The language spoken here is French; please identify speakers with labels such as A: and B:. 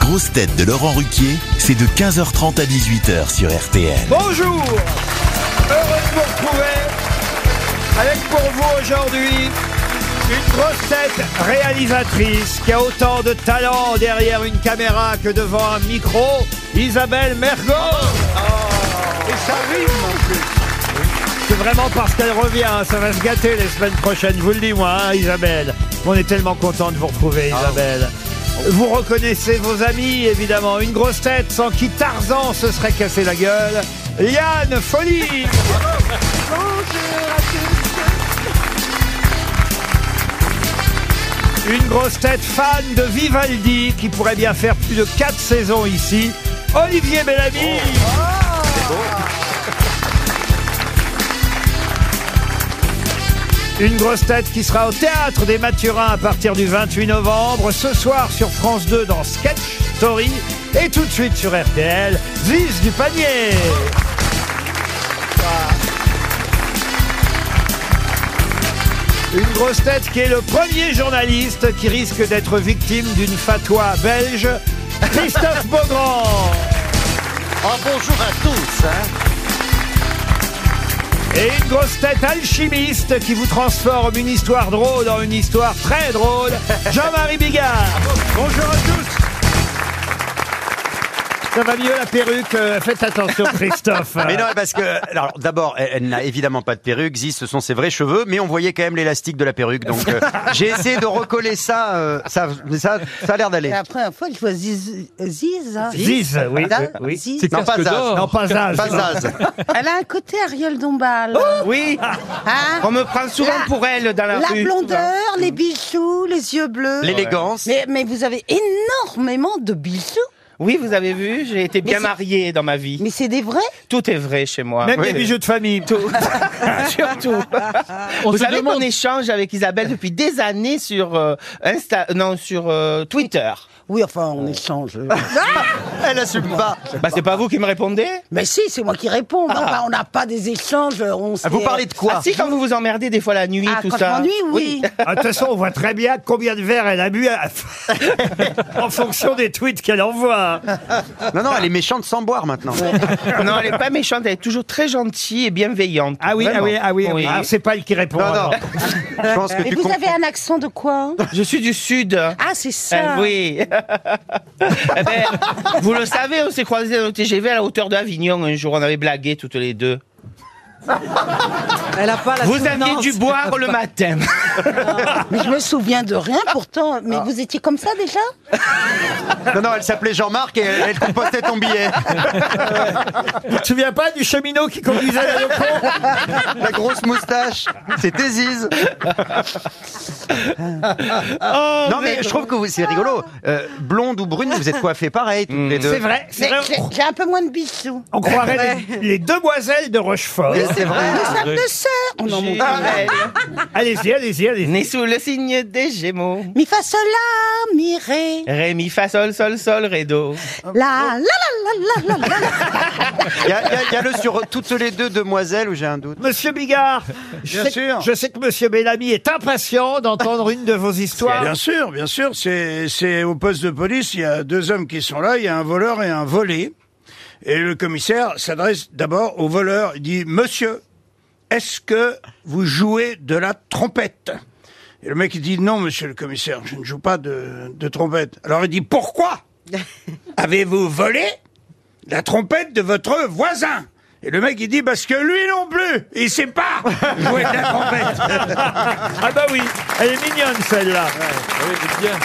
A: grosses têtes de Laurent Ruquier, c'est de 15h30 à 18h sur RTL.
B: Bonjour Heureux de vous retrouver avec pour vous aujourd'hui une grosse tête réalisatrice qui a autant de talent derrière une caméra que devant un micro, Isabelle Mergo. Et ça rime en plus. C'est vraiment parce qu'elle revient, hein, ça va se gâter les semaines prochaines, je vous le dis moi, hein, Isabelle. On est tellement content de vous retrouver, Isabelle. Vous reconnaissez vos amis, évidemment. Une grosse tête sans qui Tarzan se serait cassé la gueule. Yann Folie Une grosse tête fan de Vivaldi qui pourrait bien faire plus de 4 saisons ici. Olivier Bellamy Une grosse tête qui sera au théâtre des Mathurins à partir du 28 novembre, ce soir sur France 2 dans Sketch Story et tout de suite sur RTL, Ziz du panier. Une grosse tête qui est le premier journaliste qui risque d'être victime d'une fatwa belge, Christophe Beaugrand.
C: Oh, bonjour à tous. hein.
B: Et une grosse tête alchimiste qui vous transforme une histoire drôle en une histoire très drôle, Jean-Marie Bigard. Bonjour à tous. Ça va mieux la perruque, euh, faites attention Christophe.
C: Mais non, parce que alors d'abord, elle, elle n'a évidemment pas de perruque. Ziz, ce sont ses vrais cheveux, mais on voyait quand même l'élastique de la perruque. Donc euh, j'ai essayé de recoller ça. euh, ça, mais ça, ça a l'air d'aller.
D: C'est la première fois que je vois Ziz. Ziz, hein
B: Ziz, oui,
D: Zaz,
B: oui.
D: Ziz.
E: C'est
C: Non, pas
E: casque
C: Zaz.
E: d'or.
B: Non, pas Zaz.
C: Pas Zaz.
D: Elle a un côté Ariel Dombal.
F: Oui,
D: hein
F: on me prend souvent
D: La-
F: pour elle dans la,
D: la
F: rue.
D: blondeur, les bijoux, les yeux bleus.
C: L'élégance.
D: Mais, mais vous avez énormément de bijoux.
F: Oui, vous avez vu, j'ai été bien
D: c'est-
F: mariée dans ma vie.
D: Mais c'est des vrais
F: Tout est vrai chez moi.
B: Même les
F: Oui.
B: bijoux de famille.
F: Surtout.
E: On
F: vous
E: se
F: savez
E: demande-
F: qu'on échange avec Isabelle depuis des années sur euh, Insta, non sur euh, Twitter.
D: Oui, enfin, on échange.
C: Elle assume pas.
F: Bah c'est pas vous qui me répondez
D: mais si, c'est moi qui réponds. Enfin, on n'a pas des échanges. On s'est-
C: Vous parlez de
F: Ah
C: quoi
F: si quand vous vous emmerdez des fois la nuit
D: Ah,
F: tout
D: quand
F: ça.
D: je m'ennuie, oui.
B: Ah, De toute façon, on voit très bien combien de verres elle a bu à- en fonction des tweets qu'elle envoie. hein.
C: Non, non, elle est méchante sans boire maintenant.
F: non, elle est pas méchante, elle est toujours très gentille et bienveillante.
B: Ah oui, ah
F: Vraiment.
B: oui, ah oui. Ah, c'est pas elle qui répond. hein.
C: Non, non.
B: alors.
C: Je pense que
D: Mais
C: tu
D: vous
C: comprends.
D: avez un accent de quoi hein
F: Je suis du sud.
D: Ah, c'est ça.
F: Ah oui. Eh ben, vous le savez, on s'est croisés dans le TGV à la hauteur d'Avignon un jour. On avait blagué toutes les deux.
G: Elle a pas la
F: Vous aviez dû boire le matin.
D: Mais je me souviens de rien pourtant. Mais vous étiez comme ça déjà
C: Non, non, elle s'appelait Jean-Marc et elle, elle compostait ton billet.
B: Tu te souviens pas du cheminot qui conduisait la Yoko
C: La grosse moustache, c'était Ziz. non, mais je trouve que vous- c'est rigolo. Euh, blonde ou brune, vous êtes coiffés pareil, toutes les deux.
B: C'est vrai, c'est
D: Mais
B: vrai.
D: j'ai- j'ai un peu moins de bijoux.
B: On croirait les, les demoiselles de Rochefort.
C: Mais C'est
F: Ah,
C: vrai.
D: Nous sommes deux sœurs. Oh non, mon Dieu.
B: Allez-y, allez-y, allez-y.
F: Né sous le signe des Gémeaux.
D: Mi fa sol la mi ré.
F: Ré, mi, fa, sol, sol, sol, ré, do.
D: La la la la la la la.
C: Il y, a- il y a- il y a le sur toutes les deux demoiselles où j'ai un doute.
B: Monsieur Bigard, je
H: Bien
B: sais,
H: sûr.
B: je sais que Monsieur Bellamy est impatient d'entendre une de vos histoires.
H: Bien sûr, bien sûr. C'est c'est au poste de police, il y a deux hommes qui sont là, il y a un voleur et un volé. Et le commissaire s'adresse d'abord au voleur. Il dit Monsieur, est-ce que vous jouez de la trompette Et le mec il dit Non, monsieur le commissaire, je ne joue pas de, de trompette. Alors il dit Pourquoi Avez-vous volé la trompette de votre voisin et le mec, il dit, parce que lui non plus, il sait pas jouer de la trompette.
B: Ah bah oui, elle est mignonne celle-là.
E: Oui, c'est bien.